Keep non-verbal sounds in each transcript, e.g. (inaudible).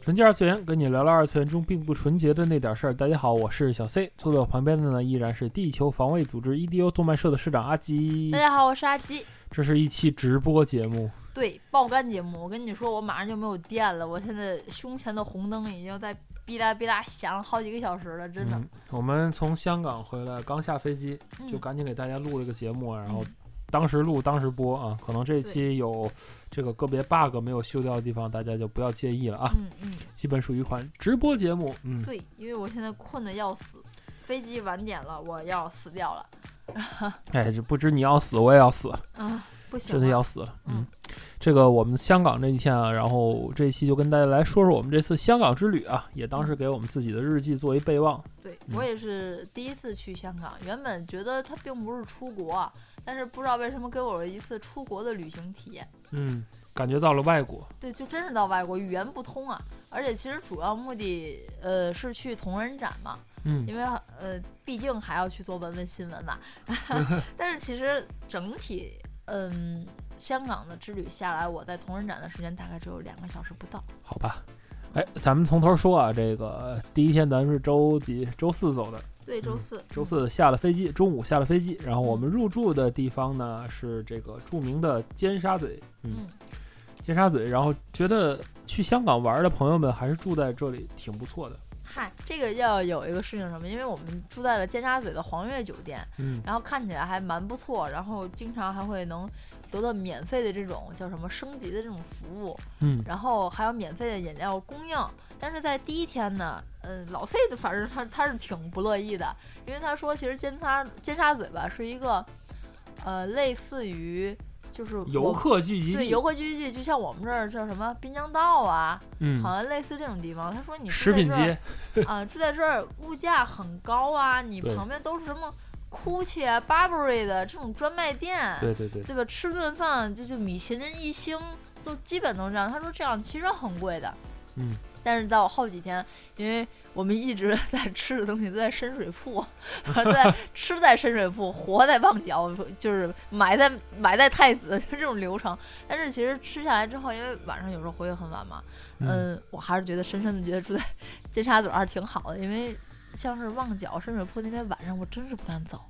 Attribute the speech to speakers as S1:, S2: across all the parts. S1: 纯洁二次元，跟你聊聊二次元中并不纯洁的那点事儿。大家好，我是小 C，坐在我旁边的呢依然是地球防卫组织 EDO 动漫社的社长阿基
S2: 大。家好，我是阿基。
S1: 这是一期直播节目，
S2: 对，爆肝节目，我跟你说，我马上就没有电了，我现在胸前的红灯已经在哔啦哔啦响了好几个小时了，真的。
S1: 嗯，我们从香港回来，刚下飞机
S2: 嗯
S1: 就赶紧给大家录了个节目啊，然后
S2: 嗯
S1: 当时录当时播啊，可能这一期有这个个别 bug 没有修掉的地方，大家就不要介意了啊，
S2: 嗯嗯，
S1: 基本属于一款直播节目，嗯，
S2: 对，因为我现在困得要死，飞机晚点了，我要死掉了。
S1: 哎，这不知你要死我也要死，
S2: 啊，不行
S1: 真
S2: 了，
S1: 的要死了。
S2: 嗯
S1: 嗯，这个我们香港这一天啊，然后这一期就跟大家来说说我们这次香港之旅啊，也当是给我们自己的日记做一备忘。
S2: 对
S1: 嗯
S2: 我也是第一次去香港，原本觉得它并不是出国，但是不知道为什么给我了一次出国的旅行体验。
S1: 嗯，感觉到了外国。
S2: 对，就真是到外国，语言不通啊。而且其实主要目的，呃，是去同人展嘛，
S1: 嗯
S2: 因为呃，毕竟还要去做文文新
S1: (laughs)
S2: 闻嘛。但是其实整体，嗯，香港的之旅下来，我在同人展的时间大概只有两个小时不到。
S1: 好吧。哎，咱们从头说啊，这个第一天咱们是周几？周四走的，
S2: 对，周
S1: 嗯
S2: 四，
S1: 周四下了飞机，中午下了飞机，然后我们入住的地方呢是这个著名的尖沙咀，
S2: 嗯，
S1: 尖沙咀。然后觉得去香港玩的朋友们还是住在这里挺不错的，
S2: 嗨，这个要有一个事情什么，因为我们住在了尖沙咀的黄悦酒店，
S1: 嗯，
S2: 然后看起来还蛮不错，然后经常还会能得到免费的这种叫什么升级的这种服务，
S1: 嗯，
S2: 然后还有免费的饮料供应。但是在第一天呢，嗯，老 C 的反正他他是挺不乐意的，因为他说其实尖沙尖沙咀吧是一个，呃，类似于就是我
S1: 游客聚集地，
S2: 对游客聚集地，就像我们这儿叫什么滨江道啊，
S1: 嗯，
S2: 好像类似这种地方。他说你住
S1: 食
S2: 在
S1: 品
S2: 这儿
S1: 街，
S2: 啊、住在这儿物价很高啊，你
S1: 对
S2: 旁边都是什么 Gucci 啊、Burberry 的这种专卖店，
S1: 对对对，
S2: 对吧？吃顿饭就就米其林一星都基本都这样。他说这样其实很贵的，
S1: 嗯。
S2: 但是到后几天，因为我们一直 (laughs) 在吃的东西都在深水埗，然后
S1: (laughs)
S2: 在吃在深水埗，活在旺角，就是埋在埋在太子，就这种流程。但是其实吃下来之后，因为晚上有时候回去很晚嘛，嗯，我还是觉得深深的觉得住在尖沙咀还是挺好的，因为像是旺角、深水埗那边晚上，我真是不敢走。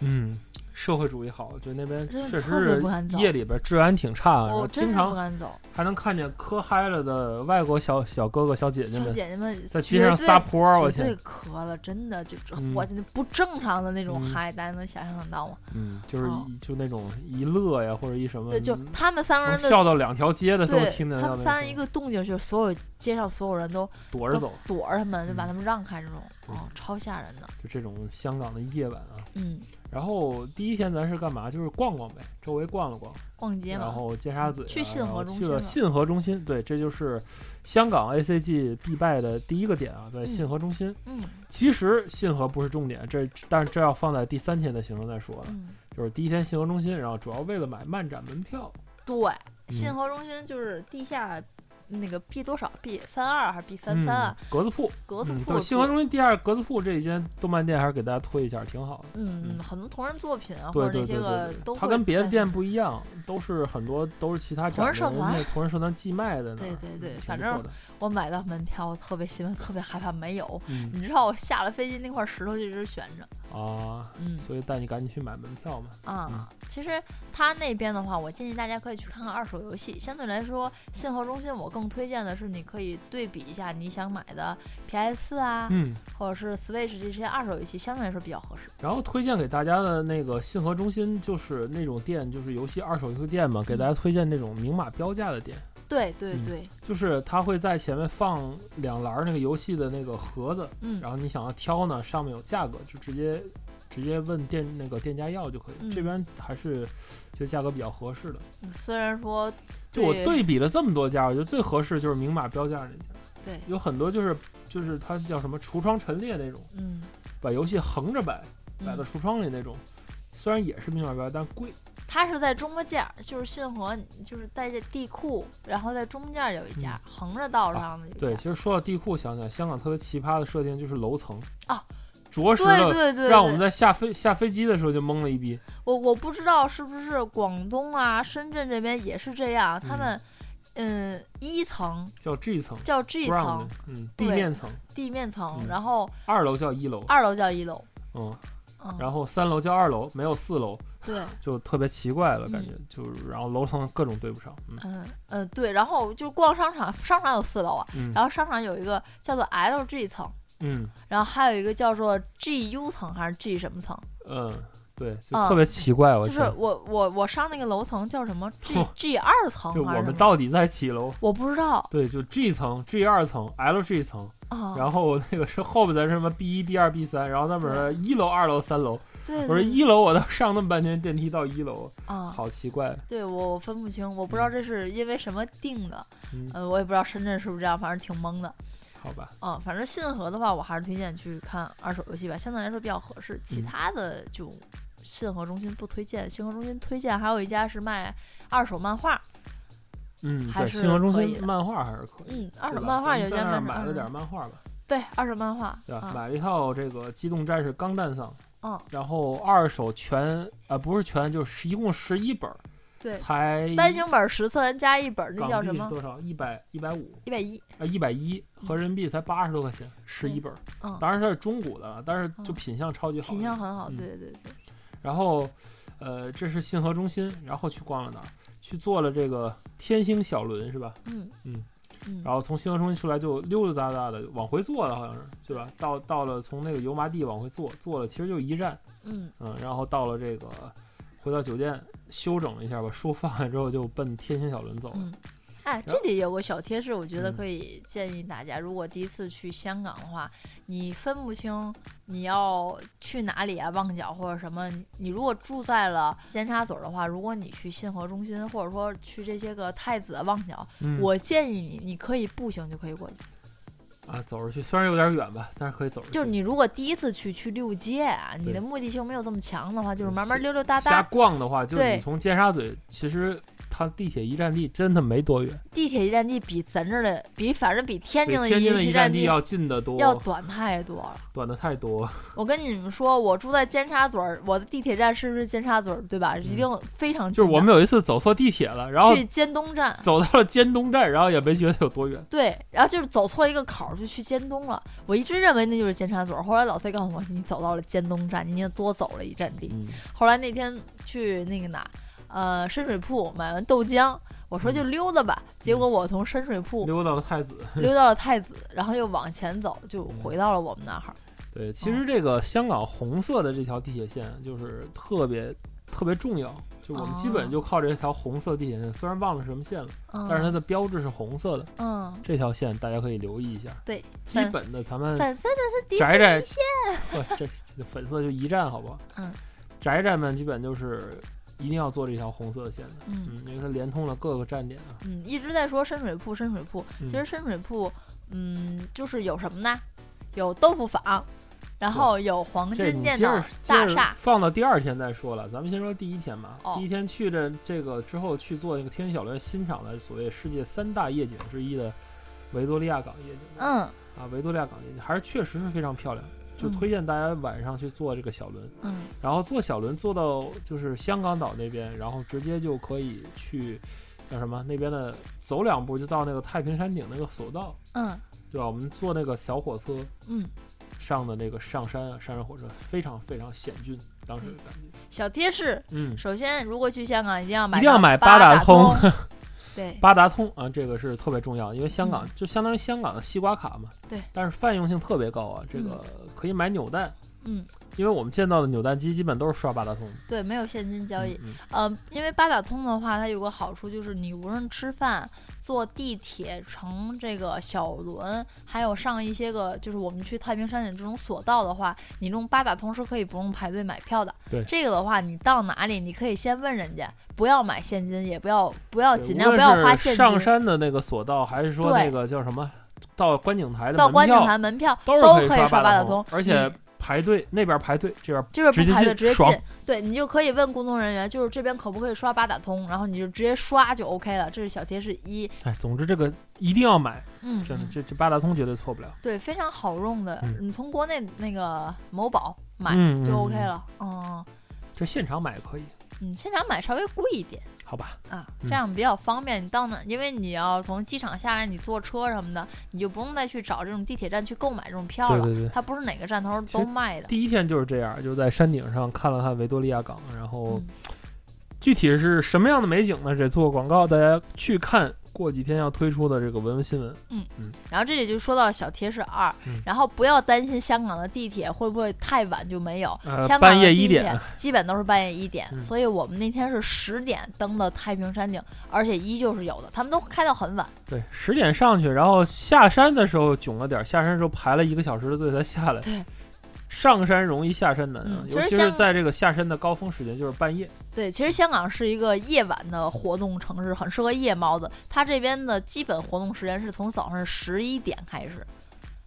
S1: 嗯，社会主义好，就那边
S2: 真
S1: 确
S2: 的特别
S1: 实
S2: 不敢
S1: 是
S2: 走
S1: 夜里边治安挺差啊的，然
S2: 哦我
S1: 后
S2: 真
S1: 经
S2: 是不
S1: 常
S2: 敢走，
S1: 还能看见磕嗨了的外国小小哥哥小姐姐
S2: 小
S1: 们
S2: 姐姐们
S1: 在街上
S2: 绝对
S1: 撒泼儿，我
S2: 绝对
S1: 天，
S2: 咳了，真的就这
S1: 嗯
S2: 我天，不正常的那种
S1: 嗯
S2: 嗨，大家能想象得到吗？
S1: 嗯，就是
S2: 哦
S1: 一就那种一乐呀，或者一什么，
S2: 对，就
S1: 能
S2: 他们三个人的，
S1: 嗯笑到两条街的都
S2: 对
S1: 听得
S2: 他
S1: 到
S2: 们
S1: 那
S2: 三
S1: 种
S2: 人一个动静，就是所有街上所有人都
S1: 躲着
S2: 都
S1: 走，
S2: 躲着他们，就把
S1: 嗯
S2: 他们让开，这种
S1: 对
S2: 哦，超吓人的。
S1: 就这种香港的夜晚啊。
S2: 嗯，
S1: 然后第一天咱是干嘛？就是逛逛呗，周围逛了逛，
S2: 逛街
S1: 然
S2: 嘛，嗯
S1: 后尖沙咀啊、
S2: 去信和
S1: 然后
S2: 中
S1: 去
S2: 心
S1: 了
S2: 了
S1: 信和中心，对，这就是香港 ACG 必拜的第一个点啊，在
S2: 嗯
S1: 信和中心。
S2: 嗯
S1: 其实信和不是重点，这但是这要放在第三天的行程再说了。
S2: 嗯，
S1: 就是第一天信和中心，然后主要为了买漫展门票，
S2: 对，
S1: 嗯
S2: 信和中心就是地下。那个 B 多少 B 三二还是 B 三三啊？
S1: 嗯、格子铺，
S2: 格子
S1: 嗯
S2: 铺
S1: 对信和
S2: 住
S1: 中心第二格子铺这一间动漫店还是给大家推一下，挺好的。
S2: 嗯，
S1: 嗯
S2: 很多同人作品啊，
S1: 对
S2: 或者
S1: 对
S2: 那
S1: 对
S2: 些个
S1: 对
S2: 都
S1: 对，它
S2: 会
S1: 跟别的
S2: 在
S1: 店不一样，都是很多都是其他
S2: 同
S1: 展
S2: 人社
S1: 的
S2: 团
S1: 那同人社团寄卖的呢。
S2: 对对对
S1: 嗯挺
S2: 反
S1: 不
S2: 正
S1: 错的
S2: 我买到门票，我特别兴奋，特别害怕没有。
S1: 嗯
S2: 你知道我下了飞机那块石头就一直悬着。
S1: 啊，
S2: 嗯
S1: 所以带你赶紧去买门票嘛。
S2: 啊，其实他那边的话，我建议大家可以去看看二手游戏。相对来说，信和中心我更推荐的是你可以对比一下你想买的 PS 啊，
S1: 嗯，
S2: 或者是 Switch 这些二手游戏，相对来说比较合适。
S1: 然后推荐给大家的那个信和中心就是那种店，就是游戏二手游戏店嘛，给大
S2: 嗯
S1: 家推荐那种明码标价的店，
S2: 对对
S1: 嗯
S2: 对，
S1: 就是它会在前面放两栏儿那个游戏的那个盒子，
S2: 嗯
S1: 然后你想要挑呢，上面有价格，就直接直接问店那个店家要就可以。
S2: 嗯
S1: 这边还是就价格比较合适的。
S2: 虽然说
S1: 就我
S2: 对
S1: 对比了这么多家，我觉得最合适就是明码标价那家。
S2: 对，
S1: 有很多就是就是它叫什么橱窗陈列那种，
S2: 嗯，
S1: 把游戏横着摆，
S2: 嗯
S1: 摆到橱窗里那种，虽然也是明码标价，但贵。
S2: 它是在中国间儿，就是信和，就是在这地库，然后在中间儿有一家，横着道上的有一
S1: 嗯对，
S2: 家
S1: 其实说到地库，想想香港特别奇葩的设定就是楼层
S2: 啊，
S1: 着实的
S2: 对对对，
S1: 让我们
S2: 对
S1: 在下飞下飞机的时候就懵了一逼。
S2: 我我不知道是不是广东啊、深圳这边也是这样，他们嗯一层
S1: 叫 G 层
S2: 叫 G
S1: ，ground，
S2: 层，
S1: 嗯，地
S2: 对
S1: 面层，
S2: 地面层，
S1: 嗯
S2: 然后
S1: 二楼叫一楼，
S2: 二楼叫一楼，
S1: 嗯，
S2: 嗯，
S1: 然后三楼叫二楼，没有四楼，
S2: 对。
S1: 就特别奇怪了，感
S2: 嗯
S1: 觉就是，然后楼层各种对不上，嗯
S2: 嗯呃对，然后就逛商场，商场有四楼啊，
S1: 嗯
S2: 然后商场有一个叫做 LG 层，
S1: 嗯
S2: 然后还有一个叫做 GU 层还是 G 什么层，
S1: 嗯，对，就
S2: 嗯
S1: 特别奇怪，我
S2: 就是
S1: 天
S2: 我我我上那个楼层
S1: (laughs)
S2: 叫什么 G
S1: 嚯
S2: G 二层
S1: 就
S2: 还
S1: 我
S2: 是什
S1: 们
S2: 么？
S1: 到底在几楼？
S2: 我不知道
S1: 对，就 G 层、G 二层、L G 层，
S2: 啊。
S1: 然后那个是后边咱是什么 B 一、B 二、B 三，然后那边儿一楼、二楼、三楼。
S2: 对，
S1: 我说
S2: 对
S1: 一楼，我都上那么半天电梯到一楼，
S2: 啊，
S1: 好奇怪。
S2: 对我我分不清，我不知道这是因为什么定的，
S1: 嗯
S2: 呃，我也不知道深圳是不是这样，反正挺懵的。
S1: 好吧，
S2: 啊，反正信和的话，我还是推荐去看二手游戏吧，相对来说比较合适。其
S1: 嗯
S2: 他的就信和中心不推荐，信和中心推荐还有一家是卖二手漫画，
S1: 嗯，
S2: 还
S1: 对，
S2: 是
S1: 新闻中
S2: 可以
S1: 心
S2: 的
S1: 漫画还是可以。
S2: 嗯，二手
S1: 对吧
S2: 漫
S1: 咱
S2: 画
S1: 们
S2: 有一
S1: 在
S2: 家
S1: 那儿
S2: 卖是
S1: 买
S2: 二
S1: 了
S2: 手
S1: 点漫画吧，
S2: 对二手漫画，
S1: 对吧？
S2: 啊
S1: 买了一套这个《机动战士钢弹丧》，
S2: 嗯，
S1: 然后二手全啊不是全，就是一共十一本儿，
S2: 对，
S1: 才
S2: 单行本十册人加一本，那叫
S1: 港
S2: 什
S1: 币是
S2: 么？嗯
S1: 多少？一百一百五
S2: 一百一，
S1: 啊，一百一合人民币才八十多块钱，十一
S2: 嗯
S1: 本儿。
S2: 嗯，
S1: 当然它是中古的了，但是就
S2: 嗯
S1: 品相超级好。
S2: 品相很好，
S1: 嗯
S2: 对对对，
S1: 然后，呃，这是信和中心，然后去逛了哪儿？去坐了这个天星小轮是吧？
S2: 嗯
S1: 嗯
S2: 嗯
S1: 然后从信和中心出来就溜溜达达的往回坐了，好像是对吧？到到了从那个油麻地往回坐，坐了其实就一站，
S2: 嗯
S1: 嗯，然后到了这个回到酒店休整了一下吧，书放下之后就奔天星小轮走了。
S2: 嗯。哎，
S1: 后
S2: 这里有个小贴士，我觉得
S1: 嗯
S2: 可以建议大家，如果第一次去香港的话，你分不清你要去哪里啊，旺角或者什么。你你如果住在了尖沙咀的话，如果你去信和中心，或者说去这些个太子啊、旺角，
S1: 嗯
S2: 我建议你，你可以步行就可以过去。
S1: 啊，走着去，虽然有点远吧，但是可以走着去。
S2: 就是你如果第一次去去溜街啊，你
S1: 对
S2: 的目的性没有这么强的话，就是
S1: 嗯
S2: 慢慢
S1: 是
S2: 溜溜达
S1: 瞎
S2: 达。
S1: 逛的话，就是
S2: 对
S1: 你从尖沙咀，其实它地铁一站地真的没多远，
S2: 地铁一站地比咱这儿的，比反正比天津
S1: 比
S2: 的
S1: 天津的
S2: 一
S1: 一
S2: 站
S1: 站
S2: 地
S1: 地要近得多，
S2: 要短太多了。
S1: 短的太多。
S2: 我跟你们说，我住在尖沙咀儿，我的地铁站是不是尖沙咀儿？对吧？一定非常
S1: 嗯就
S2: 近
S1: 是
S2: 的。
S1: 我们有一次走错地铁了，然后
S2: 去尖东站，
S1: 走到了尖东站，然后也没觉得有多远。
S2: 对，然后就是走错一个口儿，就去尖东了。我一直认为那就是尖沙咀儿，后来老 C 告诉我，你走到了尖东站，你已经多走了一站地。
S1: 嗯，
S2: 后来那天去那个哪，呃，深水埗买完豆浆，我说
S1: 嗯
S2: 就溜达吧，结果我从深水埗
S1: 溜到了太子。
S2: 溜到了太子，然后又往前走，就
S1: 嗯
S2: 回到了我们那儿。
S1: 对，其
S2: 哦
S1: 实这个香港红色的这条地铁线就是特别特别重要，就我们基本就靠这条红色地铁线，虽然忘了什么线了，
S2: 哦嗯，
S1: 但是它的标志是红色的，
S2: 嗯，
S1: 这条线大家可以留意一下。
S2: 对，
S1: 基
S2: 粉
S1: 本的咱们
S2: 粉色的是迪
S1: 宅宅
S2: 士尼线，
S1: 哇
S2: (laughs)
S1: 这这粉色就一站好不好？
S2: 嗯，
S1: 宅宅们基本就是一定要坐这条红色的线的，
S2: 嗯。
S1: 嗯，因为它连通了各个站点啊。
S2: 嗯，一直在说深水埗，深水埗。
S1: 嗯
S2: 其实深水埗，嗯，就是有什么呢？有豆腐坊，然后有黄
S1: 这
S2: 金
S1: 你
S2: 电
S1: 接
S2: 脑
S1: 着
S2: 大
S1: 接着
S2: 厦。
S1: 放到第二天再说了，咱们先说第一天吧。
S2: 哦
S1: 第一天去这这个之后去做那个天星小轮欣赏了所谓世界三大夜景之一的维多利亚港夜景。
S2: 嗯
S1: 啊，维多利亚港夜景还是确实是非常漂亮，就
S2: 嗯
S1: 推荐大家晚上去坐这个小轮，
S2: 嗯
S1: 然后坐小轮坐到就是香港岛那边，然后直接就可以去叫什么那边的走两步就到那个太平山顶那个索道，
S2: 嗯
S1: 对吧？我们坐那个小火车，
S2: 嗯。
S1: 上的那个上山啊，上山火车非常非常险峻，当时的感觉。
S2: 小贴士：
S1: 嗯，
S2: 首先，如果去香港，一定要买
S1: 一定要
S2: 上
S1: 买八
S2: 八
S1: 达
S2: 通
S1: 通。 (laughs)
S2: 对，
S1: 八达通啊，这个是特别重要，因为香港、就相当于香港的西瓜卡嘛。
S2: 嗯对。
S1: 但是泛用性特别高啊，这个可以买扭蛋，
S2: 嗯，
S1: 因为我们见到的扭蛋机基本都是刷八达通
S2: 对，没有现金交易。
S1: 嗯
S2: 呃，因为八达通的话，它有个好处就是你无论吃饭、坐地铁、乘这个小轮，还有上一些个就是我们去太平山顶这种索道的话，你用八达通是可以不用排队买票的。
S1: 对
S2: 这个的话，你到哪里你可以先问人家，不要买现金，也不要不要
S1: 对
S2: 哦尽量
S1: 无
S2: 不
S1: 论
S2: 要
S1: 是
S2: 花现金。
S1: 上山的那个索道，还是说
S2: 对
S1: 那个叫什么到观景台的
S2: 到观景
S1: 门票
S2: 台门票
S1: 都
S2: 都
S1: 是
S2: 可以
S1: 以
S2: 刷
S1: 八
S2: 八
S1: 达
S2: 达通
S1: 而且
S2: 嗯
S1: 排队那边排队，这边
S2: 这边不排
S1: 直接
S2: 队
S1: 进
S2: 直接
S1: 爽
S2: 进，对你就可以问工作人员，就是这边可不可以刷八达通，然后你就直接刷就 OK 了。这是小贴士一，
S1: 哎，总之这个一定要买，
S2: 嗯，
S1: 真的
S2: 嗯
S1: 这这八达通绝对错不了。
S2: 对，非常好用的
S1: 嗯，
S2: 你从国内那个某宝买
S1: 嗯
S2: 就
S1: 嗯
S2: OK
S1: 嗯
S2: 了，嗯，
S1: 这现场买可以，
S2: 你现场买稍微贵一点。
S1: 好吧？
S2: 啊，
S1: 嗯
S2: 这样比较方便。你到那，因为你要从机场下来，你坐车什么的，你就不用再去找这种地铁站去购买这种票
S1: 对
S2: 了。
S1: 对对。
S2: 它不是哪个站头
S1: 其
S2: 都
S1: 实
S2: 卖的。
S1: 第一天就是这样，就在山顶上看了看维多利亚港，然后
S2: 嗯
S1: 具体是什么样的美景呢？这做个广告，大家去看过几天要推出的这个文文新闻。
S2: 然后这里就说到了小贴士二，
S1: 嗯
S2: 然后不要担心香港的地铁会不会太晚就没有。
S1: 呃
S2: 香，港
S1: 半
S2: 的
S1: 夜
S2: 地
S1: 一
S2: 铁
S1: 点，
S2: 基本都是半夜一点，
S1: 嗯
S2: 所以我们那天是十点登的太平山顶，而且依旧是有的，他们都开到很晚。
S1: 对，十点上去，然后下山的时候囧了点儿，下山的时候排了一个小时的队才下来。
S2: 对，
S1: 上山容易下山难啊，
S2: 嗯其
S1: 尤
S2: 实
S1: 其是
S2: 像
S1: 在这个下山的高峰时间，就是半夜。
S2: 对，其实香港是一个夜晚的活动城市，很适合夜猫子。它这边的基本活动时间是从早上十一点开始，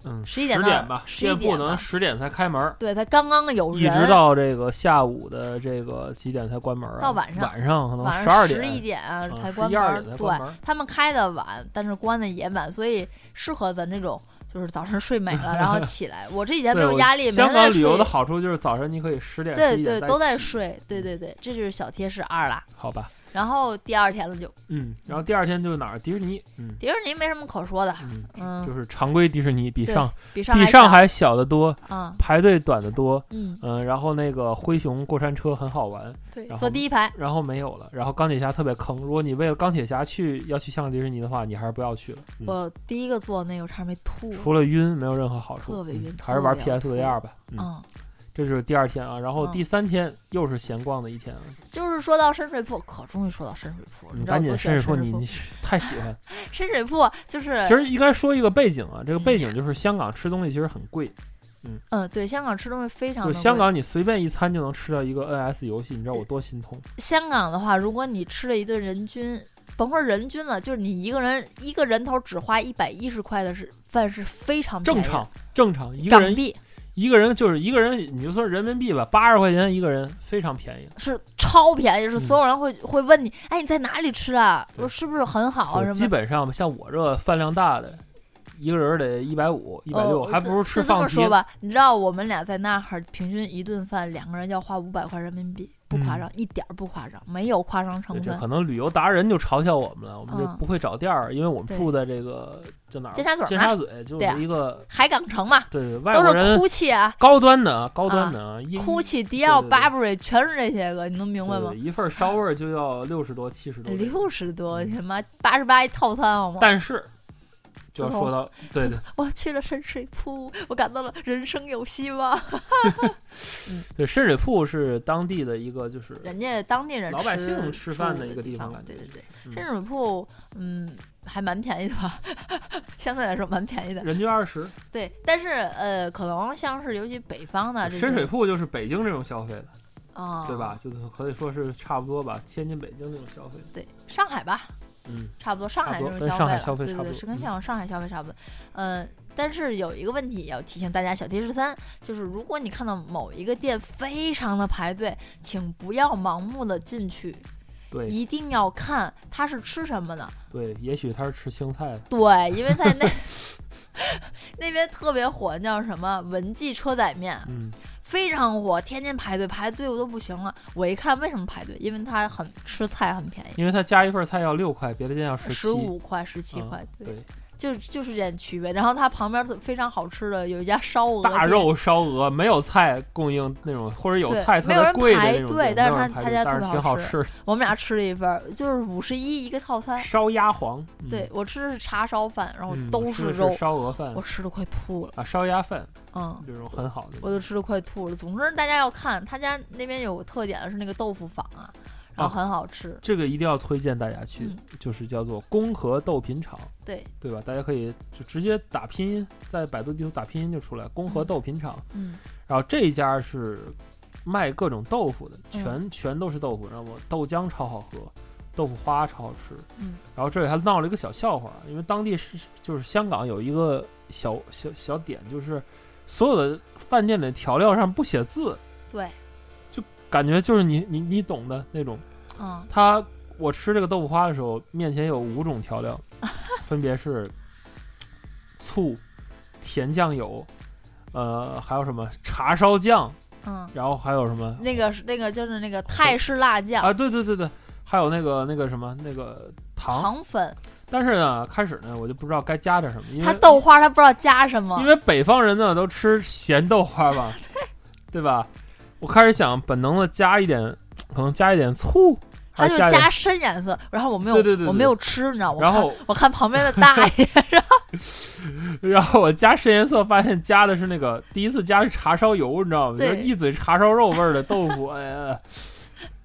S1: 嗯，
S2: 11点到
S1: 点吧，
S2: 11
S1: 这不
S2: 点
S1: 能
S2: 吧
S1: 十点才开门儿，
S2: 对，它刚刚有
S1: 一
S2: 人，
S1: 直到这个下午的这个几点才关门啊？
S2: 到晚上
S1: 晚上可能
S2: 晚
S1: 十
S2: 上
S1: 二
S2: 十
S1: 点。
S2: 一点啊
S1: 嗯
S2: 才
S1: 11
S2: 关
S1: 点
S2: 门
S1: 才
S2: 儿。
S1: 关门
S2: 对，他们开的晚，但是关的也晚，所以适合咱这种就是早上睡美了，然后起来。我这几天没
S1: 对，
S2: 有
S1: 我
S2: 压力，每
S1: 香
S2: 天在
S1: 港旅游的
S2: 睡。
S1: 好处就是早上你可以十点、
S2: 对
S1: 11点
S2: 对，都在
S1: 起，嗯
S2: 睡，对对对，这就是小贴士二啦。
S1: 好吧？
S2: 然后第二天了就，
S1: 嗯，然后第二天就是哪儿？迪士尼，嗯
S2: 迪士尼没什么可说的，
S1: 嗯，
S2: 嗯，
S1: 就是常规迪士尼，比
S2: 对
S1: 上
S2: 比上
S1: 比上
S2: 上
S1: 海小得多，
S2: 啊，
S1: 排队短得多。
S2: 嗯，
S1: 嗯，然后那个灰熊过山车很好玩，
S2: 对，
S1: 然后
S2: 坐第一排，
S1: 然后没有了。然后钢铁侠特别坑，如果你为了钢铁侠去要去香港迪士尼的话，你还是不要去了。嗯
S2: 我第一个坐那个我差点没吐，
S1: 除了晕，没有任何好处。
S2: 特别
S1: 嗯
S2: 晕
S1: 还是玩
S2: 特别要
S1: PS VR 吧。嗯，
S2: 嗯，
S1: 这就是第二天啊。然后
S2: 嗯
S1: 第三天又是闲逛的一天啊。
S2: 就是说到深水埗，可终于说到深水埗，
S1: 你
S2: 知道我
S1: 嗯赶紧
S2: 多喜
S1: 深
S2: 欢
S1: 水
S2: 深
S1: 埗，
S2: 水
S1: 你
S2: 埗
S1: 你是太喜欢。
S2: 深水埗就是
S1: 其实应该说一个背景啊，这个
S2: 嗯
S1: 背景就是香港吃东西其实很贵，
S2: 嗯，对，香港吃东西非常
S1: 就
S2: 的
S1: 是香
S2: 贵
S1: 港你随便一餐就能吃到一个 NS 游戏，你知道我多心痛。
S2: 香港的话，如果你吃了一顿人均，甭说人均了，就是你一个人一个人头只花一百一十块的是饭是非常便宜
S1: 正
S2: 的
S1: 常正常，一个
S2: 港
S1: 人
S2: 币
S1: 一个人就是一个人，你就说人民币吧，八十块钱一个人，非常便宜。
S2: 是超便宜，是
S1: 嗯
S2: 所有人会、会问你，哎，你在哪里吃啊？
S1: 对
S2: 我是不是很好啊？
S1: 就
S2: 什
S1: 基
S2: 么？
S1: 本上像我这饭量大的，一个人得一百五、一百六，
S2: 哦
S1: 还不如吃
S2: 就这
S1: 放
S2: 么
S1: 题
S2: 说。吧，你知道我们俩在那儿平均一顿饭，两个人要花五百块人民币，不
S1: 嗯
S2: 夸张，一点儿不夸张，没有夸张
S1: 对
S2: 成
S1: 这
S2: 分
S1: 可。能旅游达人就嘲笑我们了，我们这
S2: 嗯
S1: 不会找店儿，因为我们
S2: 对
S1: 住在这个叫哪儿？
S2: 尖沙咀儿
S1: 尖
S2: 嘛
S1: 沙咀就
S2: 对啊
S1: 是一个
S2: 海港城嘛，
S1: 对对外
S2: 都
S1: 国
S2: 是
S1: 人
S2: GUCCI 啊
S1: 高端的啊，高端的啊，一
S2: ，GUCCI、迪
S1: 对
S2: 奥、
S1: 对对
S2: Burberry 全是这些个，你能明白
S1: 对
S2: 吗
S1: 对？一份烧味儿就要六十多、七十多这种。
S2: 六十多，他妈八十八一套餐好吗？
S1: 但是就要
S2: 自从
S1: 说到对
S2: (laughs)
S1: 对
S2: 我去了深水埗，我感到了人生有希望。
S1: 对，深水埗是当地的一个就是
S2: 人家当地人
S1: 老百姓
S2: 吃
S1: 吃饭
S2: 住
S1: 的一个地
S2: 地
S1: 方
S2: 方，
S1: 感觉
S2: 对对对，
S1: 嗯
S2: 深水埗，嗯，还蛮便宜的吧， (laughs) 相对来说蛮便宜的。
S1: 人均二十。
S2: 对，但是呃，可能像是尤其北方的这
S1: 深水
S2: 种
S1: 埗就是北京这种消费的，
S2: 啊，
S1: 对吧？？就是可以说是差不多吧，天津、北京这种消费。
S2: 对，上海吧，
S1: 嗯，
S2: 差不多，上海
S1: 差不
S2: 这
S1: 多
S2: 种
S1: 跟上
S2: 消费
S1: 海
S2: 了
S1: 消费
S2: 对
S1: 差
S2: 对对，
S1: 不
S2: 是
S1: 多
S2: 跟
S1: 嗯
S2: 上上海消费差不多。呃，但是有一个问题也要提醒大家，小提示三就是，如果你看到某一个店非常的排队，请不要盲目的进去，
S1: 对
S2: 一定要看它是吃什么的。
S1: 对，也许他是吃青菜的，
S2: 对，因为在那 (laughs) 那边特别火，叫什么文记车载面，
S1: 嗯，
S2: 非常火，天天排队，排队我都不行了。我一看为什么排队，因为它很吃菜很便宜。
S1: 因为他加一份菜要六块，别的店要十
S2: 十
S1: 七。
S2: 五块、十七
S1: 嗯
S2: 块，对，
S1: 对，
S2: 就就是这点区别。然后它旁边特非常好吃的有一家烧鹅
S1: 大
S2: 店
S1: 肉烧鹅没有菜供应那种，或者有
S2: 对
S1: 菜特
S2: 没有
S1: 别
S2: 人
S1: 贵的
S2: 排
S1: 那种
S2: 队
S1: 店，
S2: 但是
S1: 没有人
S2: 他
S1: 排
S2: 他
S1: 队
S2: 家
S1: 但
S2: 特
S1: 是
S2: 别
S1: 挺
S2: 好
S1: 好
S2: 吃
S1: 吃的。
S2: 我们俩吃了一份儿，就是五十一一个套餐。
S1: 烧鸭皇，嗯
S2: 对，我吃的是叉烧饭，然后
S1: 嗯
S2: 都
S1: 我吃的
S2: 肉，
S1: 烧鹅饭
S2: 我吃的快吐了。
S1: 啊，烧鸭饭
S2: 嗯，
S1: 这种很好的。
S2: 我都吃的快吐了。总之大家要看，他家那边有个特点是那个豆腐坊啊，然后很好吃。
S1: 这个一定要推荐大家去
S2: 嗯，
S1: 就是叫做公和豆品厂。
S2: 对，
S1: 对吧？大家可以就直接打拼音，在百度地图打拼音就出来。公和豆品厂，
S2: 嗯，
S1: 然后这一家是卖各种豆腐的，
S2: 嗯
S1: 全全都是豆腐。然后我豆浆超好喝，豆腐花超好吃。
S2: 嗯，
S1: 然后这里还闹了一个小笑话，因为当地是就是香港有一个小小小点，就是所有的饭店里调料上不写字，
S2: 对，
S1: 感觉就是你你你懂的那种。
S2: 嗯，
S1: 它我吃这个豆腐花的时候，面前有五种调
S2: (laughs)
S1: 料，分别是醋、甜酱油，呃，还有什么茶烧酱，
S2: 嗯，
S1: 然后还有什么
S2: 那个是那个就是那个泰式辣酱、
S1: 啊？对对对对，还有那个那个什么那个糖。
S2: 糖粉，
S1: 但是呢，开始呢，我就不知道该加点什么，因
S2: 它
S1: 为
S2: 豆花它不知道加什么
S1: 因，为北方人呢都吃咸豆花
S2: (laughs)
S1: 吧，对吧？我开始想本能的加一点，可能加一点醋，
S2: 它
S1: 还
S2: 就是
S1: 加一点
S2: 加深颜色。然后我没有，
S1: 对对对对
S2: 我没有吃，你知道吗？
S1: 然后
S2: 我看旁边的
S1: (laughs)
S2: 大爷，然后
S1: 然后我加深颜色，发现加的是那个第一次加是茶烧油，你知道吗？就
S2: 对
S1: 是一嘴茶烧肉味儿的豆腐， (laughs) 哎呀，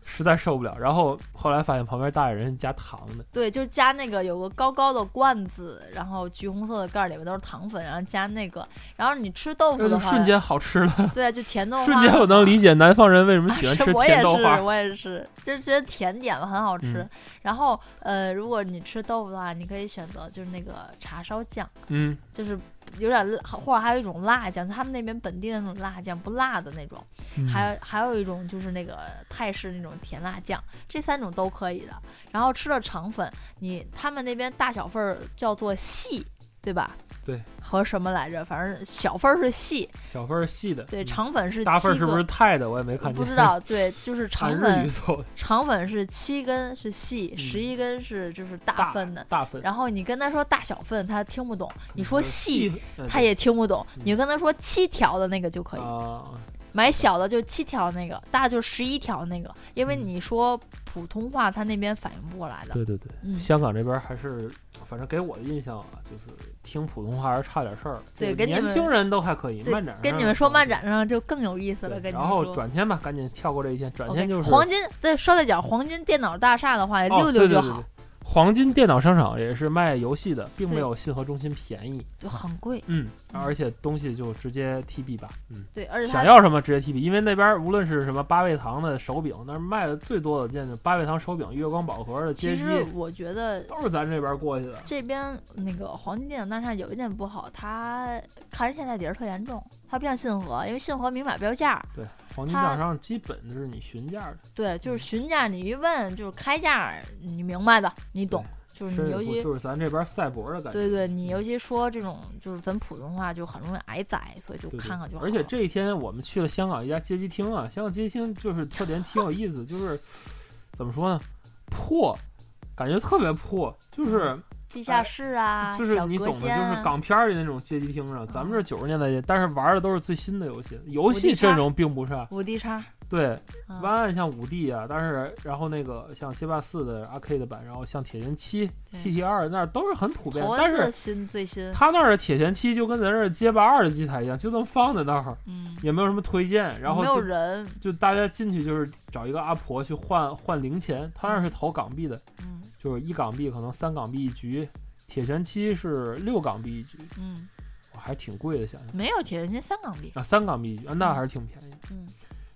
S1: 实在受不了。然后后来发现旁边大爷人加糖的，
S2: 对，就加那个有个高高的罐子，然后橘红色的盖儿，里面都是糖粉，然后加那个，然后你吃豆腐
S1: 这
S2: 的
S1: 就
S2: 话，
S1: 瞬间好吃了，
S2: 对，啊就甜豆花，啊
S1: 瞬间我能理解南方人为什么喜欢
S2: 是
S1: 吃
S2: 我也
S1: 甜豆花
S2: 是，。我也是，就是觉得甜点嘛很好吃。
S1: 嗯
S2: 然后呃，如果你吃豆腐的话，你可以选择就是那个茶烧酱，
S1: 嗯，
S2: 就是有点辣，或者还有一种辣酱，就他们那边本地的那种辣酱，不辣的那种。
S1: 嗯
S2: 还有还有一种就是那个泰式那种甜辣酱，这三种都可以的。然后吃了肠粉，你他们那边大小份儿叫做细，对吧？
S1: 对，
S2: 和什么来着？反正小份儿是细，
S1: 小份儿细的，
S2: 对，
S1: 嗯
S2: 肠粉是
S1: 大份儿
S2: 七
S1: 是
S2: 个
S1: 不是泰的？我也没看见，
S2: 不知
S1: (laughs)
S2: 道，对，就是
S1: 按
S2: 肠
S1: 日语
S2: 粉，
S1: 做的
S2: 肠粉是七根是细，
S1: 嗯
S2: 十一根是就是大
S1: 大
S2: 份的。
S1: 大份。
S2: 然后你跟他说大小份，他听不懂；你说细，
S1: 嗯，
S2: 他也听不懂。
S1: 嗯
S2: 你就跟他说七条的那个就可以，
S1: 啊，
S2: 买小的就七条那个，大就十一条那个，因为
S1: 嗯
S2: 你说普通话，他那边反应不过来的。
S1: 对对对。
S2: 嗯，
S1: 香港这边还是，反正给我的印象啊，就是听普通话还是差点事儿。
S2: 对
S1: 就是
S2: 跟你
S1: 年
S2: 们
S1: 轻人都还可以，
S2: 对
S1: 漫展，
S2: 跟你们说漫。展上就更有意思了。
S1: 嗯对，
S2: 跟你
S1: 然
S2: 们
S1: 后
S2: 说。
S1: 转天吧，赶紧跳过这一线，转天
S2: OK，
S1: 就是
S2: 黄金，对，捎带脚，黄金电脑大厦的话，溜
S1: 哦、对
S2: 溜
S1: 对
S2: 就
S1: 对对
S2: 好，
S1: 黄金电脑商场也是卖游戏的，并没
S2: 对
S1: 有信和中心便宜。
S2: 就很贵。
S1: 嗯，
S2: 嗯
S1: 而且东西就直接 TB 吧。嗯，
S2: 对，而且它
S1: 想要什么直接 TB，因为那边无论是什么八味堂的手柄，那儿卖的最多的见的八味堂手柄、月光宝盒的街
S2: 其
S1: 机，
S2: 实我觉得
S1: 都是咱这边过去的。
S2: 这边那个黄金电脑大厦有一点不好，它看人现在底儿特严重，它不像信和，因为信和明码标价，
S1: 对，黄金电
S2: 它
S1: 脑商场基本是你询价的。
S2: 对，就是
S1: 嗯
S2: 询价你一问就是开价，你明白的，你懂，就是
S1: 深
S2: 你
S1: 水
S2: 尤
S1: 埗
S2: 其。
S1: 就是嗯咱这边赛博的感觉。
S2: 对对，你尤其说这种就是咱普通话就很容易挨宰，所以就
S1: 对对
S2: 看看就好
S1: 而
S2: 了。
S1: 且这一天我们去了香港一家街机厅啊，香港街机厅就是特点挺有意思，就是怎么说呢，破，感觉特别破，就是
S2: 地下室啊，
S1: 就是
S2: 小
S1: 你懂
S2: 隔
S1: 的，
S2: 间
S1: 就
S2: 啊，
S1: 是港片儿里那种街机厅啊。咱们这九十年代街，但是玩的都是最新的游戏，游
S2: 五
S1: 戏
S2: D
S1: 阵
S2: 叉
S1: 容并不差。
S2: 五 D 叉，
S1: 对，
S2: 嗯
S1: 湾岸像五 D 啊，但是然后那个像街霸四的 arcade 版，然后像铁拳七、
S2: 对
S1: TT 二那儿都是很普遍
S2: 头，
S1: 但
S2: 文
S1: 是
S2: 嗯字新最新，
S1: 他那儿的铁拳七就跟咱这儿街霸二的机台一样，就这么放在那儿，
S2: 嗯，
S1: 也没有什么推荐。然后
S2: 没有
S1: 就
S2: 人，
S1: 就大家进去就是找一个阿婆去换换零钱，他那儿是投港币的，
S2: 嗯
S1: 就是一港币可能三港币一局，铁拳七是六港币一局，
S2: 嗯，
S1: 哇还挺贵的，想想
S2: 没有铁人金三港币，
S1: 啊，三港币一局，啊那还是挺便宜的。
S2: 嗯，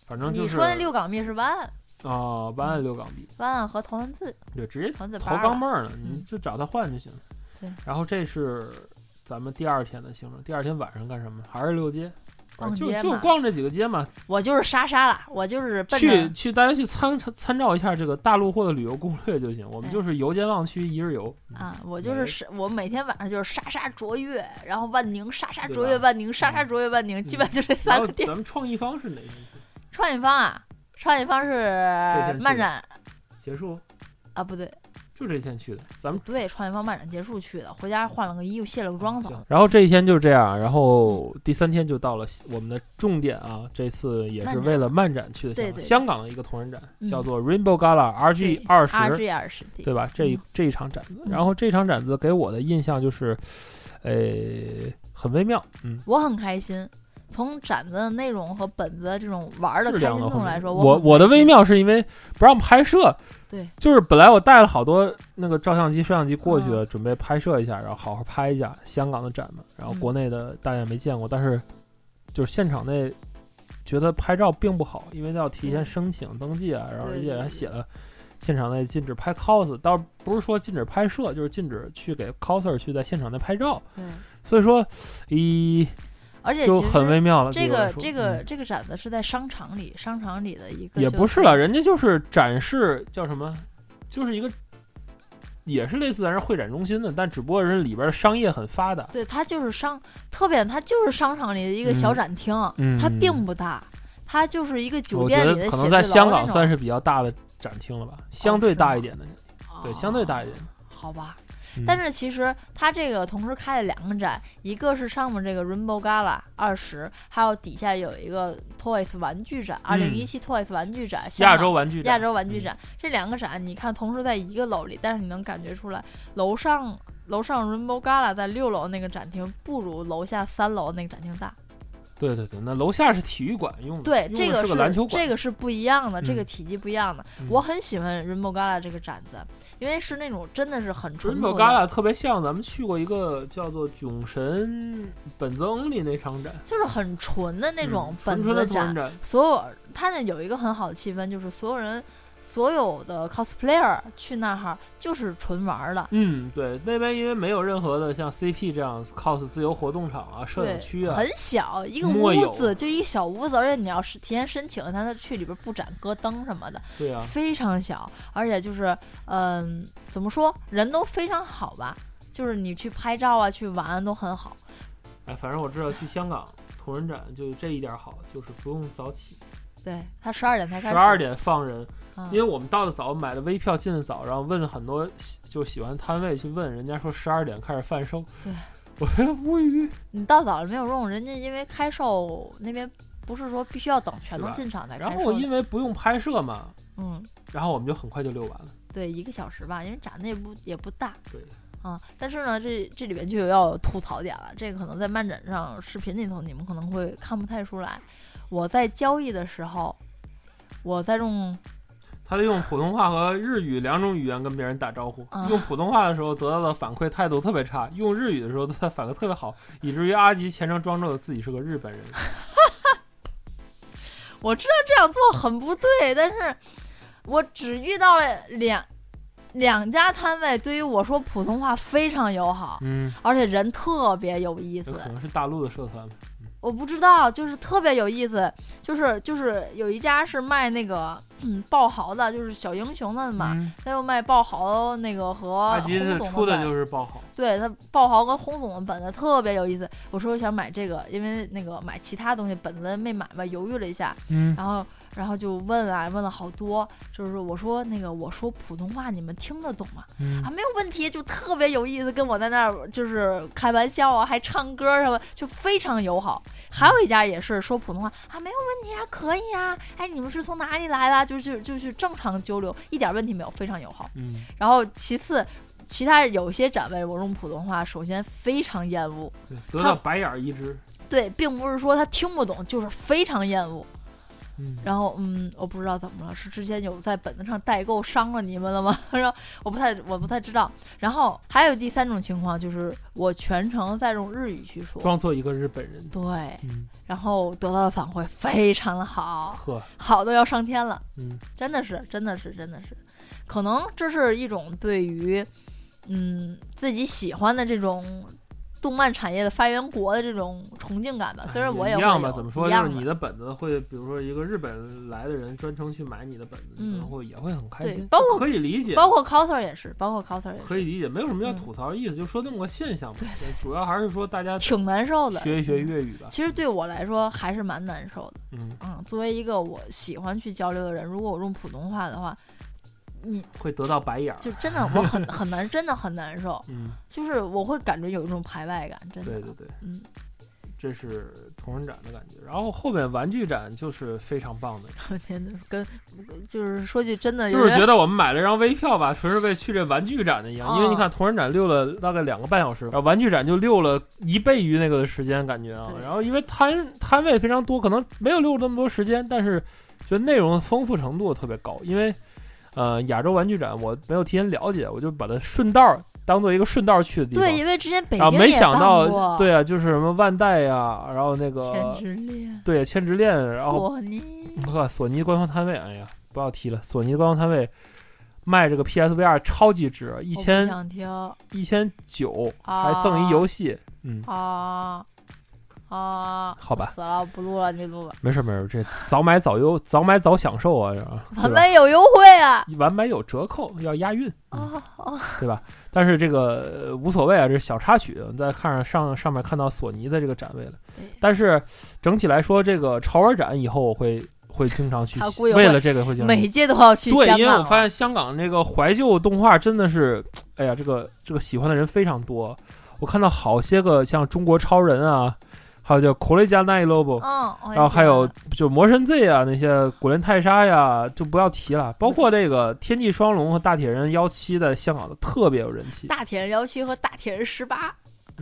S1: 反正就
S2: 你
S1: 是
S2: 说那六港币是湾岸
S1: 啊，不按六港币，
S2: 湾岸和头文字
S1: 对，直接
S2: 头文字
S1: 投
S2: 八
S1: 钢镚
S2: 了
S1: 儿呢，
S2: 嗯
S1: 你就找他换就行了。
S2: 对，
S1: 然后这是咱们第二天的行程，第二天晚上干什么？还是溜街，
S2: 逛
S1: 就
S2: 街
S1: 就
S2: 嘛
S1: 逛这几个街嘛，
S2: 我就是莎莎啦，我就是奔
S1: 去
S2: 着
S1: 去，大家去参参照一下这个大陆货的旅游攻略就行。我们
S2: 对
S1: 就是游街望区一日游，嗯
S2: 啊，我就
S1: 没
S2: 是是，我每天晚上就是莎莎卓越，然后万宁莎莎
S1: 对
S2: 卓
S1: 吧嗯
S2: 越万宁莎莎卓越万宁，基本就这
S1: 然
S2: 三
S1: 后
S2: 个店。
S1: 咱们创意方是哪天
S2: 创业方啊，创业方是
S1: 去
S2: 漫
S1: 的
S2: 展
S1: 结束？
S2: 啊，不对
S1: 就这天去的，咱们
S2: 不对，创业方漫展结束去的，回家换了个衣服，卸了个妆
S1: 啊行
S2: 走。
S1: 然后这一天就是这样，然后第三天就到了我们的重点啊，这次也是
S2: 漫展
S1: 为了漫展去的香
S2: 对
S1: 港，
S2: 对对
S1: 香港的一个同人展，
S2: 嗯
S1: 叫做 Rainbow Gala RG 二
S2: 二
S1: 十，
S2: G 二十 D，
S1: 对吧？这一
S2: 嗯
S1: 这一场展子，
S2: 嗯
S1: 然后这场展子给我的印象就是，呃，很微妙，嗯。
S2: 我很开心。从展子的内容和本子这种玩儿的
S1: 质
S2: 开
S1: 量
S2: 心
S1: 的
S2: 度
S1: 话
S2: 来说，
S1: 我
S2: 我
S1: 我
S2: 我
S1: 的微妙是因为不让拍摄，
S2: 对，
S1: 就是本来我带了好多那个照相机、摄像机过去的，
S2: 嗯
S1: 准备拍摄一下，然后好好拍一下香港的展嘛，然后
S2: 嗯
S1: 国内的大家也没见过，但是就是现场内觉得拍照并不好，因为要提前
S2: 对
S1: 申请登记啊，然后
S2: 对
S1: 而
S2: 对
S1: 且还
S2: 对
S1: 写了现场内禁止拍 cos，倒不是说禁止拍摄，就是禁止去给 coser 去在现场内拍照。
S2: 对，
S1: 所以说，咦，
S2: 而且
S1: 就
S2: 其实
S1: 很微妙了。
S2: 这
S1: 对我来
S2: 个
S1: 说
S2: 这个、
S1: 嗯
S2: 这个展子是在商场里，商场里的一个
S1: 也
S2: 就
S1: 不是了，人家就是展示叫什么，就是一个。也是类似咱这会展中心的，但只不过是里边的商业很发达。
S2: 对，它就是商，特别它就是商场里的一个
S1: 嗯
S2: 小展厅，
S1: 嗯
S2: 它
S1: 嗯
S2: 并不大，它就是一个酒
S1: 我觉
S2: 店里
S1: 得
S2: 的
S1: 可
S2: 写
S1: 能在
S2: 字楼
S1: 香
S2: 那
S1: 港
S2: 种
S1: 算是比较大的展厅了吧，相对
S2: 是
S1: 大
S2: 吗
S1: 一点的，对，相对大一点。
S2: 好吧，
S1: 嗯
S2: 哦但是其实它这个同时开了两个展，一个是上面这个 Rainbow Gala 二十，还有底下有一个 Toys 玩具展，二零一七 Toys 玩具展，
S1: 嗯
S2: 香
S1: 亚
S2: 港
S1: 洲玩具展嗯
S2: 亚洲玩具展、这两个展，你看同时在一个楼里，但是你能感觉出来，楼上楼上 Rainbow Gala 在六楼那个展厅不如楼下三楼那个展厅大。
S1: 对对对，那楼下是体育馆用的，
S2: 对，
S1: 用
S2: 这
S1: 的
S2: 个
S1: 是篮球馆，
S2: 这个是不一样的，这
S1: 嗯
S2: 个体积不一样的。
S1: 嗯
S2: 我很喜欢 Rainbow Gala 这个展子，因为是那种真的是很
S1: 准
S2: 淳
S1: 宝
S2: 朴
S1: 旮旯
S2: 的，
S1: 特别像咱们去过一个叫做囧神本增里那场展，
S2: 就是很纯的那种
S1: 嗯
S2: 本
S1: 纯
S2: 子
S1: 纯的同
S2: 展
S1: 人。展，
S2: 所有它那有一个很好的气氛，就是所有人。所有的 cosplayer 去那儿就是纯玩儿的，
S1: 嗯，对，那边因为没有任何的像 CP 这样 cos 自由活动场啊、摄
S2: 对
S1: 影区，啊
S2: 很，小，一个
S1: 莫
S2: 屋
S1: 有
S2: 子就一小屋子，而且你要是提前申请，它去里边布展、搁灯什么的，
S1: 对啊，
S2: 非常小，而且就是嗯，怎么说，人都非常好吧，就是你去拍照啊，去玩都很好。
S1: 哎，反正我知道去香港同人展就这一点好，就是不用早起，
S2: 对他十二点才
S1: 十
S2: 开始，
S1: 二点放人，
S2: 嗯，
S1: 因为我们到的早，买的微票进的早，然后问很多喜就喜欢摊位去问，人家说十二点开始贩售，
S2: 对，
S1: (laughs) 我觉得无语，
S2: 你到早了没有用，人家因为开售那边不是说必须要等全都
S1: 对吧
S2: 进场才
S1: 然
S2: 开
S1: 后我
S2: 售的，
S1: 因为不用拍摄嘛，
S2: 嗯，
S1: 然后我们就很快就溜完了。
S2: 对，一个小时吧，因为展的也不也不大。
S1: 对。
S2: 啊，但是呢，这这里边就要吐槽点了。这个可能在漫展上视频里头，你们可能会看不太出来。我在交易的时候，我在用
S1: 他用普通话和日语两种语言跟别人打招呼。
S2: 啊
S1: 用普通话的时候得到的反馈态度特别差，用日语的时候他反馈特别好，以至于阿吉全程装作自己是个日本
S2: (laughs)
S1: 人。
S2: 我知道这样做很不对，但是我只遇到了两两家摊位，对于我说普通话非常友好，
S1: 嗯，
S2: 而且人特别有意
S1: 有
S2: 思。
S1: 可能是大陆的社团吧。
S2: 我不知道，就是特别有意思，就是就是有一家是卖那个嗯爆豪的，就是小英雄的嘛，
S1: 嗯
S2: 他又卖爆豪那个和
S1: 阿
S2: 轰
S1: 吉
S2: 总
S1: 这
S2: 的
S1: 出的
S2: 本
S1: 就是爆好，
S2: 对他爆豪跟轰总的本子特别有意思。我说我想买这个，因为那个买其他东西本子没买嘛，犹豫了一下，
S1: 嗯，
S2: 然后然后就问啊，问了好多，就是我说那个我说普通话你们听得懂吗？
S1: 嗯
S2: 啊，没有问题，就特别有意思，跟我在那儿就是开玩笑啊，还唱歌什么，就非常友好。还有一家也是说普通话啊，没有问题啊，可以啊，哎，你们是从哪里来的啊？就是就是正常交流，一点问题没有，非常友好。
S1: 嗯，
S2: 然后其次。其他有些展位，我用普通话，首先非常厌恶，
S1: 对得到白眼儿一只。
S2: 对，并不是说他听不懂，就是非常厌恶。
S1: 嗯，
S2: 然后嗯，我不知道怎么了，是之前有在本子上代购伤了你们了吗？ (laughs) 然后我不太我不太知道。然后还有第三种情况就是我全程在用日语去说，
S1: 装作一个日本人。
S2: 对，
S1: 嗯，
S2: 然后得到的反馈非常的好，
S1: 呵，
S2: 好的要上天了，
S1: 嗯，
S2: 真的是，真的是，真的是，可能这是一种对于嗯自己喜欢的这种。动漫产业的发源国的这种崇敬感吧，虽然我也
S1: 啊一
S2: 会
S1: 样吧，
S2: 有
S1: 怎么说就
S2: 一样
S1: 是
S2: 的
S1: 你的本子会，比如说一个日本来的人专程去买你的本子，
S2: 嗯
S1: 然后也会很开
S2: 对
S1: 心，
S2: 包括
S1: 可以理解，
S2: 包括 coser 也是，包括 coser 也是，
S1: 可以理解，没有什么要
S2: 嗯
S1: 吐槽的意思，就说这么个现象吧。
S2: 对嗯对
S1: 主要还是说大家
S2: 挺难受的。
S1: 学一学粤语吧。
S2: 其实对我来说还是蛮难受的。
S1: 嗯，
S2: 嗯，作为一个我喜欢去交流的人，如果我用普通话的话，你
S1: 会得到白眼儿。
S2: 就真的
S1: (laughs)
S2: 我很很难，真的很难受，
S1: 嗯，
S2: 就是我会感觉有一种排外感，真的。
S1: 对对对，
S2: 嗯，
S1: 这是同人展的感觉。然后后面玩具展就是非常棒的，
S2: (laughs) 我天呐，跟就是说句真的，有
S1: 就是
S2: 人
S1: 觉得我们买了张微票吧，纯是为去这玩具展的一样。因
S2: 哦
S1: 为你看同人展溜了大概两个半小时，然后玩具展就溜了一倍于那个的时间，感觉啊
S2: 对。
S1: 然后因为摊摊位非常多，可能没有溜那么多时间，但是觉得内容丰富程度特别高。因为呃，亚洲玩具展我没有提前了解，我就把它顺道儿当做一个顺道儿去的地方。
S2: 对，因为之前北
S1: 啊，
S2: 京
S1: 没
S2: 也
S1: 想
S2: 办
S1: 到，
S2: 过
S1: 对啊，就是什么万代呀、然后那
S2: 前
S1: 个
S2: 之恋、
S1: 对千之恋，然后
S2: 索尼，
S1: 呵，索尼官方摊位，哎呀，不要提了，索尼官方摊位，卖这个 PSVR 超级值，一
S2: 一
S1: 千
S2: 想听
S1: 一千九，
S2: 啊，
S1: 还赠一游戏。嗯，
S2: 啊啊！
S1: 好吧
S2: 我死了，我不录了，你录吧。
S1: 没事没事，这早买早优，早买早享受啊，这啊
S2: 我
S1: 对吧？
S2: 们有优惠啊！
S1: 晚买有折扣，要押韵。嗯
S2: 啊啊！
S1: 但是这个呃无所谓啊，这是小插曲。我们在看上上上面看到索尼的这个展位了
S2: 对，
S1: 但是整体来说，这个潮玩展以后我会会经常去
S2: 他
S1: 西，
S2: 估计
S1: 为
S2: 会
S1: 了这个会经常
S2: 哦每
S1: 去。
S2: 届都要去香
S1: 对，
S2: 港
S1: 因为我发
S2: 了
S1: 现香港这个怀旧动画真的是，哎呀，这个这个喜欢的人非常多。我看到好些个像中国超人啊，还有叫 c o l l e g a n a i Lobo，、
S2: 嗯，我也
S1: 然后还有
S2: 觉
S1: 就魔神 Z 啊，那些古莲泰莎呀，就不要提了。包括这个天际双龙和大铁人幺七的香港的特别有人气嗯
S2: 得，大铁人幺七和大铁人十八，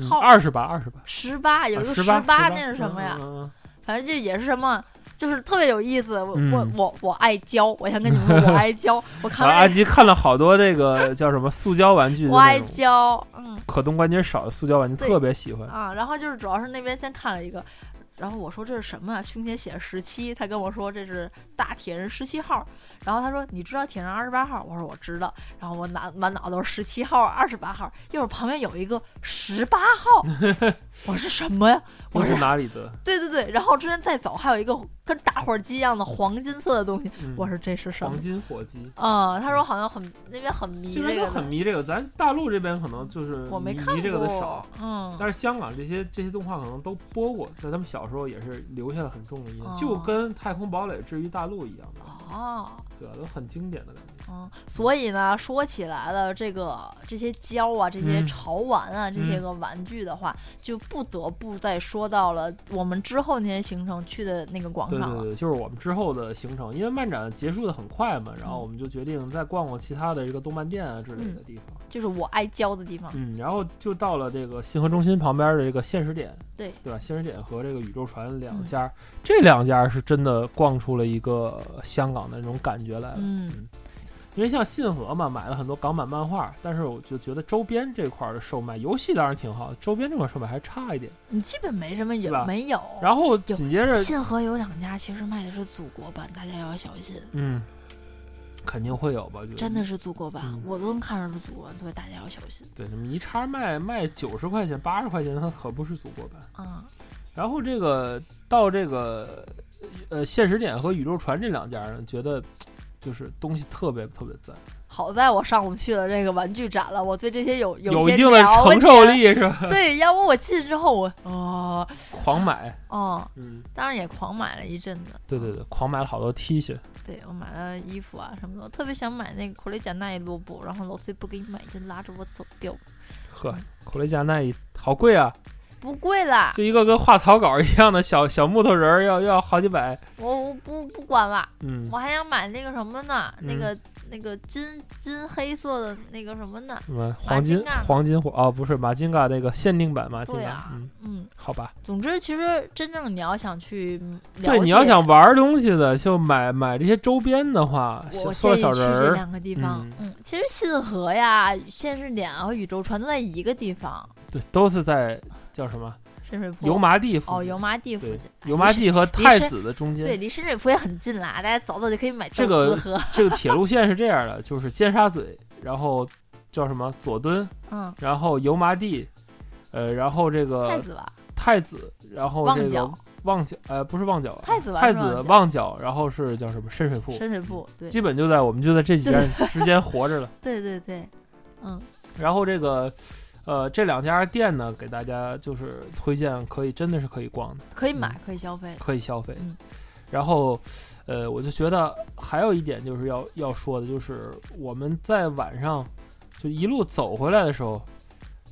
S2: 好
S1: 二十八二十八，
S2: 十八有一个
S1: 啊十
S2: 八，
S1: 八
S2: 那是什么呀？
S1: 嗯嗯嗯
S2: 反正就也是什么，就是特别有意思。我
S1: 嗯
S2: 我我我爱教，我想跟你们
S1: (laughs)
S2: 说，我爱教。我看
S1: 啊阿
S2: 完这
S1: 吉看了好多这
S2: (laughs)
S1: 个叫什么塑胶玩具，
S2: 个，我爱教，嗯
S1: 可动关节少的塑胶玩具，
S2: 对
S1: 特别喜欢。
S2: 啊。然后就是主要是那边先看了一个，然后我说这是什么啊？胸前写着十七，他跟我说这是大铁人十七号。然后他说你知道铁人二十八号？我说我知道。然后我满满脑都是十七号、二十八号，一会儿旁边有一个十八号，我是什么呀？我
S1: 又
S2: 说
S1: 是哪里的？
S2: 对对对，然后之前再走还有一个跟打火机一样的黄金色的东西，
S1: 嗯
S2: 我说这是什么 (laughs)
S1: 黄？金火鸡。
S2: 嗯，他说好像很那边很迷
S1: 这
S2: 这
S1: 边
S2: 个
S1: 都
S2: 的，
S1: 很迷这个，咱大陆这边可能就是
S2: 我没
S1: 迷
S2: 看
S1: 迷这个的
S2: 过
S1: 少，。
S2: 嗯，
S1: 但是香港这些这些动画可能都播过，在他们小时候也是留下了很重的印象，
S2: 哦
S1: 就跟《太空堡垒》治愈大陆一样的，
S2: 哦，
S1: 对吧？都很经典的感觉。
S2: 嗯，所以呢，说起来了，这个这些胶啊，这些
S1: 嗯
S2: 潮玩啊，这些个玩具的话，就不得不再说到了我们之后那些行程去的哦那个广
S1: 对
S2: 场
S1: 对
S2: 了。
S1: 对，就是我们之后的行程，因为漫展结束的很快嘛，然后
S2: 嗯
S1: 我们就决定再逛逛其他的这个动漫店啊之类的地方。
S2: 就是我爱胶的地方。
S1: 嗯，然后就到了这个信和中心旁边的这个现实点，
S2: 对
S1: 对吧？现实点和这个宇宙船两
S2: 嗯
S1: 家，这两家是真的逛出了一个香港的那种感觉来了。
S2: 嗯
S1: 因为像信和嘛，买了很多港版漫画，但是我就觉得周边这块儿的售卖，游戏当然挺好，周边这块儿售卖还差一点。
S2: 你基本没什么也
S1: 对吧
S2: 哦没有。
S1: 然后紧接着，
S2: 信和有两家其实卖的是祖国版，大家要小心，
S1: 嗯，肯定会有吧？我觉得
S2: 真的是祖国版，
S1: 嗯
S2: 我都能看上是祖国版，所以大家要小心
S1: 对，那么一叉卖卖九十块钱、八十块钱，它可不是祖国版。
S2: 啊。
S1: 然后这个到这个呃现实点和宇宙船这两家呢，觉得就是东西特别特别赞，
S2: 好在我上午去了这个玩具展了，我对这些有有
S1: 一
S2: 些
S1: 定的
S2: 了
S1: 承
S2: 解
S1: 受。力是吧？ (laughs)
S2: 对，要不我进之后我哦
S1: 狂买，
S2: 哦，
S1: 嗯，
S2: 当然也狂买了一阵子。嗯
S1: 对对对，狂买了好多 T 恤，
S2: 对我买了衣服啊什么的，我特别想买那个库雷贾那一罗布，然后老崔不给你买，就拉着我走掉。
S1: 呵，口雷加那一好贵啊，
S2: 不贵啦，
S1: 就一个跟画草稿一样的小小木头人儿，要要好几百，
S2: 我我不不管啦，
S1: 嗯
S2: 我还想买那个什么呢？那
S1: 嗯
S2: 个那个金金黑色的那个什么呢？
S1: 什么黄金
S2: 马金嘎
S1: 黄金火哦，不是马金嘎那个限定版马金
S2: 对
S1: 嘎，
S2: 啊
S1: 嗯，
S2: 嗯，
S1: 好吧，
S2: 总之，其实真正你要想去了
S1: 对，
S2: 解
S1: 你要想玩儿东西的，就买买这些周边的话，小
S2: 我
S1: 塑
S2: 建
S1: 料
S2: 议去
S1: 小人
S2: 这
S1: 儿，
S2: 两个地方
S1: 嗯。
S2: 嗯，其实信和呀、现世点啊和宇宙船都在一个地方，
S1: 对，都是在叫什么
S2: 深水埗。
S1: 油麻地附近。
S2: 哦，油麻地附
S1: 对
S2: 近，，
S1: 油麻
S2: 离
S1: 地和太子的中
S2: 深对
S1: 间，
S2: 离深水埗也很近啦，大家早早就可以买
S1: 这个
S2: 豆子喝。
S1: 这个铁路线是这样的，就是尖沙咀，然后叫什么佐敦，
S2: 嗯，
S1: 然后油麻地，呃，然后这
S2: 太
S1: 个
S2: 子吧，
S1: 太子，然后
S2: 旺
S1: 这个
S2: 角
S1: 旺角，呃，不是旺角啊，
S2: 太子吧
S1: 太
S2: 是
S1: 子
S2: 旺角
S1: 旺角，然后是叫什么深水埗，
S2: 深水埗，对
S1: 基本就在我们就在这几家之间活着了。
S2: 对对对，嗯，
S1: 然后这个，呃，这两家店呢，给大家就是推荐，可以真的是可以逛的，
S2: 可以买，可以消费。
S1: 可以消费。
S2: 嗯
S1: 然后，呃，我就觉得还有一点就是要要说的，就是我们在晚上就一路走回来的时候，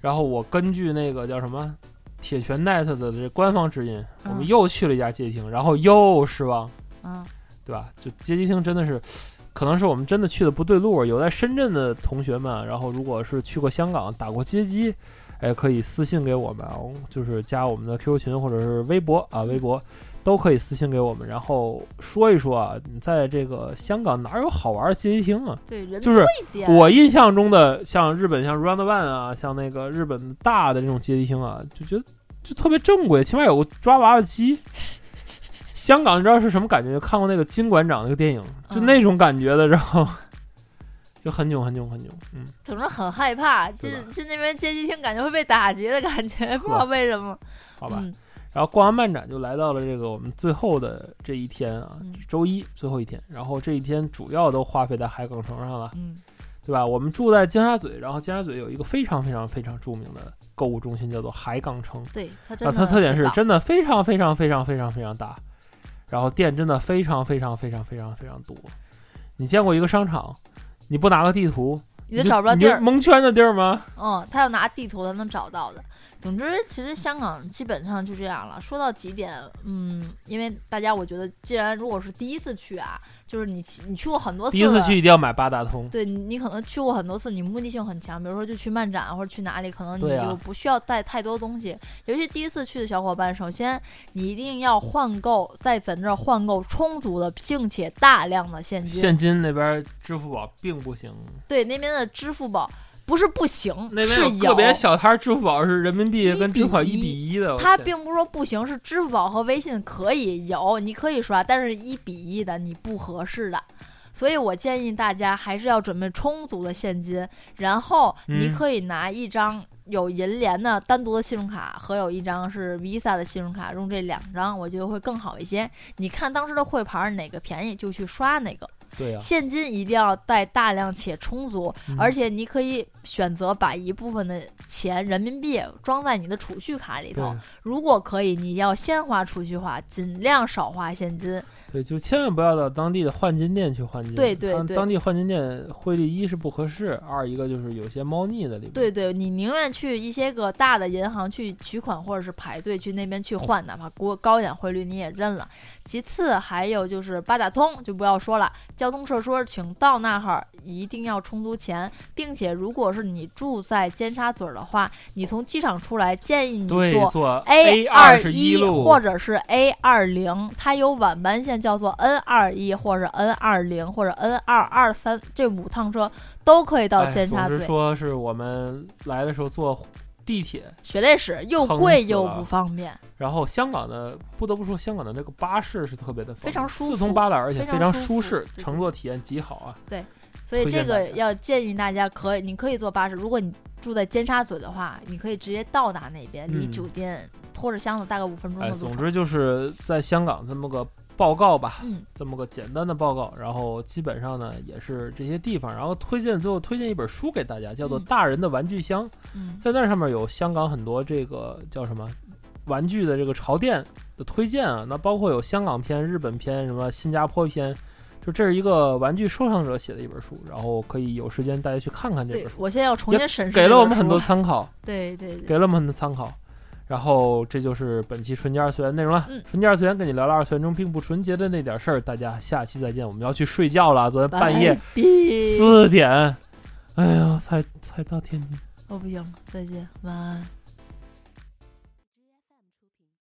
S1: 然后我根据那个叫什么铁拳 net 的这官方指引，我们
S2: 嗯
S1: 又去了一家街机厅，然后又失望，
S2: 嗯，
S1: 对吧？就街机厅真的是，可能是我们真的去的不对路。有在深圳的同学们，然后如果是去过香港打过街机，哎，可以私信给我们，啊，就是加我们的 QQ 群或者是微博啊，微博都可以私信给我们，然后说一说啊，你在这个香港哪有好玩的街机厅啊？
S2: 对，人
S1: 就是
S2: 多一点。
S1: 我印象中的，像日本像 Round One 啊，像那个日本大的这种街机厅啊，就觉得就特别正规，起码有个抓娃娃
S2: (laughs)
S1: 机。香港你知道是什么感觉？看过那个金馆长那个电影，就
S2: 嗯
S1: 那种感觉的，然后就很囧很囧很囧，嗯，
S2: 总之很害怕，就是
S1: 吧
S2: 就那边街机厅感觉会被打劫的感
S1: (laughs)
S2: 觉，不知道为什么。
S1: 好吧。
S2: 嗯
S1: 然后逛完漫展就来到了这个我们最后的这一天啊
S2: 嗯，
S1: 周一最后一天。然后这一天主要都花费在海港城上了，
S2: 嗯
S1: 对吧？我们住在尖沙咀，然后尖沙咀有一个非常非常非常著名的购物中心，叫做海港城。
S2: 对，它真
S1: 那
S2: 的
S1: 啊它特点是
S2: 大
S1: 真的非常非常非常非常非常大，然后店真的非常非常非常非常非常多。你见过一个商场，你不拿个地图，
S2: 你都找不着地
S1: 你
S2: 儿
S1: 就。蒙圈的地儿吗？
S2: 嗯，他要拿地图才能找到的。总之，其实香港基本上就这样了。说到几点，嗯，因为大家我觉得，既然如果是第一次去啊，就是你去你去过很多次，
S1: 第一次去，一定要买八达通。
S2: 对你你可能去过很多次，你目的性很强，比如说就去漫展啊或者去哪里，可能你
S1: 对啊
S2: 就不需要带太多东西。尤其第一次去的小伙伴，首先你一定要换购，在咱这儿换购充足的并且大量的现金。
S1: 现金那边支付宝并不行，
S2: 对那边的支付宝不是不行，
S1: 那边
S2: 是
S1: 有个别小摊儿支付宝是人民币跟支付宝一比一的，我
S2: 它
S1: 天
S2: 并不是说不行，是支付宝和微信可以有，你可以刷，但是一比一的你不合适的。所以我建议大家还是要准备充足的现金，然后你
S1: 嗯
S2: 可以拿一张有银联的单独的信用卡和有一张是 Visa 的信用卡，用这两张我觉得会更好一些。你看当时的汇盘哪个便宜就去刷哪个，
S1: 对啊，
S2: 现金一定要带大量且充足，
S1: 嗯
S2: 而且你可以选择把一部分的钱人民币装在你的储蓄卡里
S1: 对
S2: 头。如果可以，你要先花储蓄花，尽量少花现金。
S1: 对，就千万不要到当地的换金店去换金，
S2: 对对
S1: 当
S2: 对
S1: 当地换金店汇率一是不合适，二一个就是有些猫腻在里面，
S2: 对对，你宁愿去一些个大的银行去取款，或者是排队去那边去换，哪怕高高一点汇率你也认了。其次，还有就是八达通就不要说了，交通设施请到那儿一定要充足钱，并且如果是你住在尖沙咀儿的话，你从机场出来建议你
S1: 对
S2: 坐
S1: 坐
S2: A
S1: 二十
S2: 一
S1: 路，
S2: 或者是 A 二零，它有晚班线叫做 N 二一或者 N 二零或者 N 二二三，这五趟车都可以到
S1: 哎
S2: 尖沙
S1: 总
S2: 咀
S1: 之。说是我们来的时候坐地铁，
S2: 血泪史又
S1: 疼
S2: 贵
S1: 死
S2: 又
S1: 了
S2: 不方便，
S1: 然后香港的不得不说，香港的这个巴士是特别的方便
S2: 非常舒
S1: 四通
S2: 服
S1: 八达，而且
S2: 非
S1: 非常
S2: 常舒
S1: 舒
S2: 服
S1: 适
S2: 对，对
S1: 乘坐体验极好啊。
S2: 所以
S1: 推
S2: 这
S1: 荐
S2: 个
S1: 大家
S2: 要建议大家可以，你可以坐巴士。如果你住在尖沙咀的话，你可以直接到达那边，离
S1: 嗯
S2: 酒店拖着箱子大概五分钟
S1: 哎，
S2: 的路
S1: 总
S2: 程。
S1: 之就是在香港这么个报告吧，
S2: 嗯，
S1: 这么个简单的报告，然后基本上呢也是这些地方，然后推荐最后推荐一本书给大家，叫做《
S2: 嗯
S1: 大人的玩具箱》，
S2: 嗯
S1: 在那上面有香港很多这个叫什么玩具的这个潮店的推荐啊，那包括有香港篇、日本篇、什么新加坡篇。就这是一个玩具收藏者写的一本书，然后可以有时间大家去看看这
S2: 对
S1: 本，书，
S2: 我现在要重
S1: 也
S2: 新审视
S1: 给
S2: 这
S1: 了我
S2: 本
S1: 们很
S2: 书
S1: 多
S2: 了，
S1: 参考。
S2: 对对 (laughs) 对，
S1: 给了我们很多参考。然后这就是本期纯洁二次元内容了。
S2: 嗯
S1: 纯洁二次元跟你聊了二次元中并不纯洁的那点事儿，大家下期再见。我们要去睡觉了，昨天半夜
S2: 拜拜
S1: 四点，哎呀，才才到天津。
S2: 哦不行了，再见，晚安。